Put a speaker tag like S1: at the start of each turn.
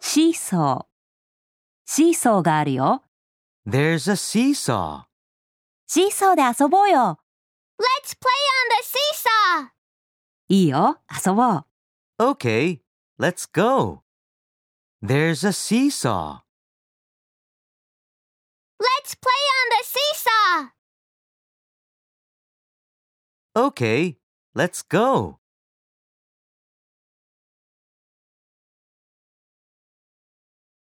S1: シーソー。シーソーがあるよ。
S2: There's a seesaw.
S1: シーソーで遊ぼうよ。
S3: Let's play on the seesaw!
S1: いいよ、遊ぼう。
S2: Okay, let's go. There's a seesaw.
S3: Let's play on the seesaw!
S2: Okay, let's go.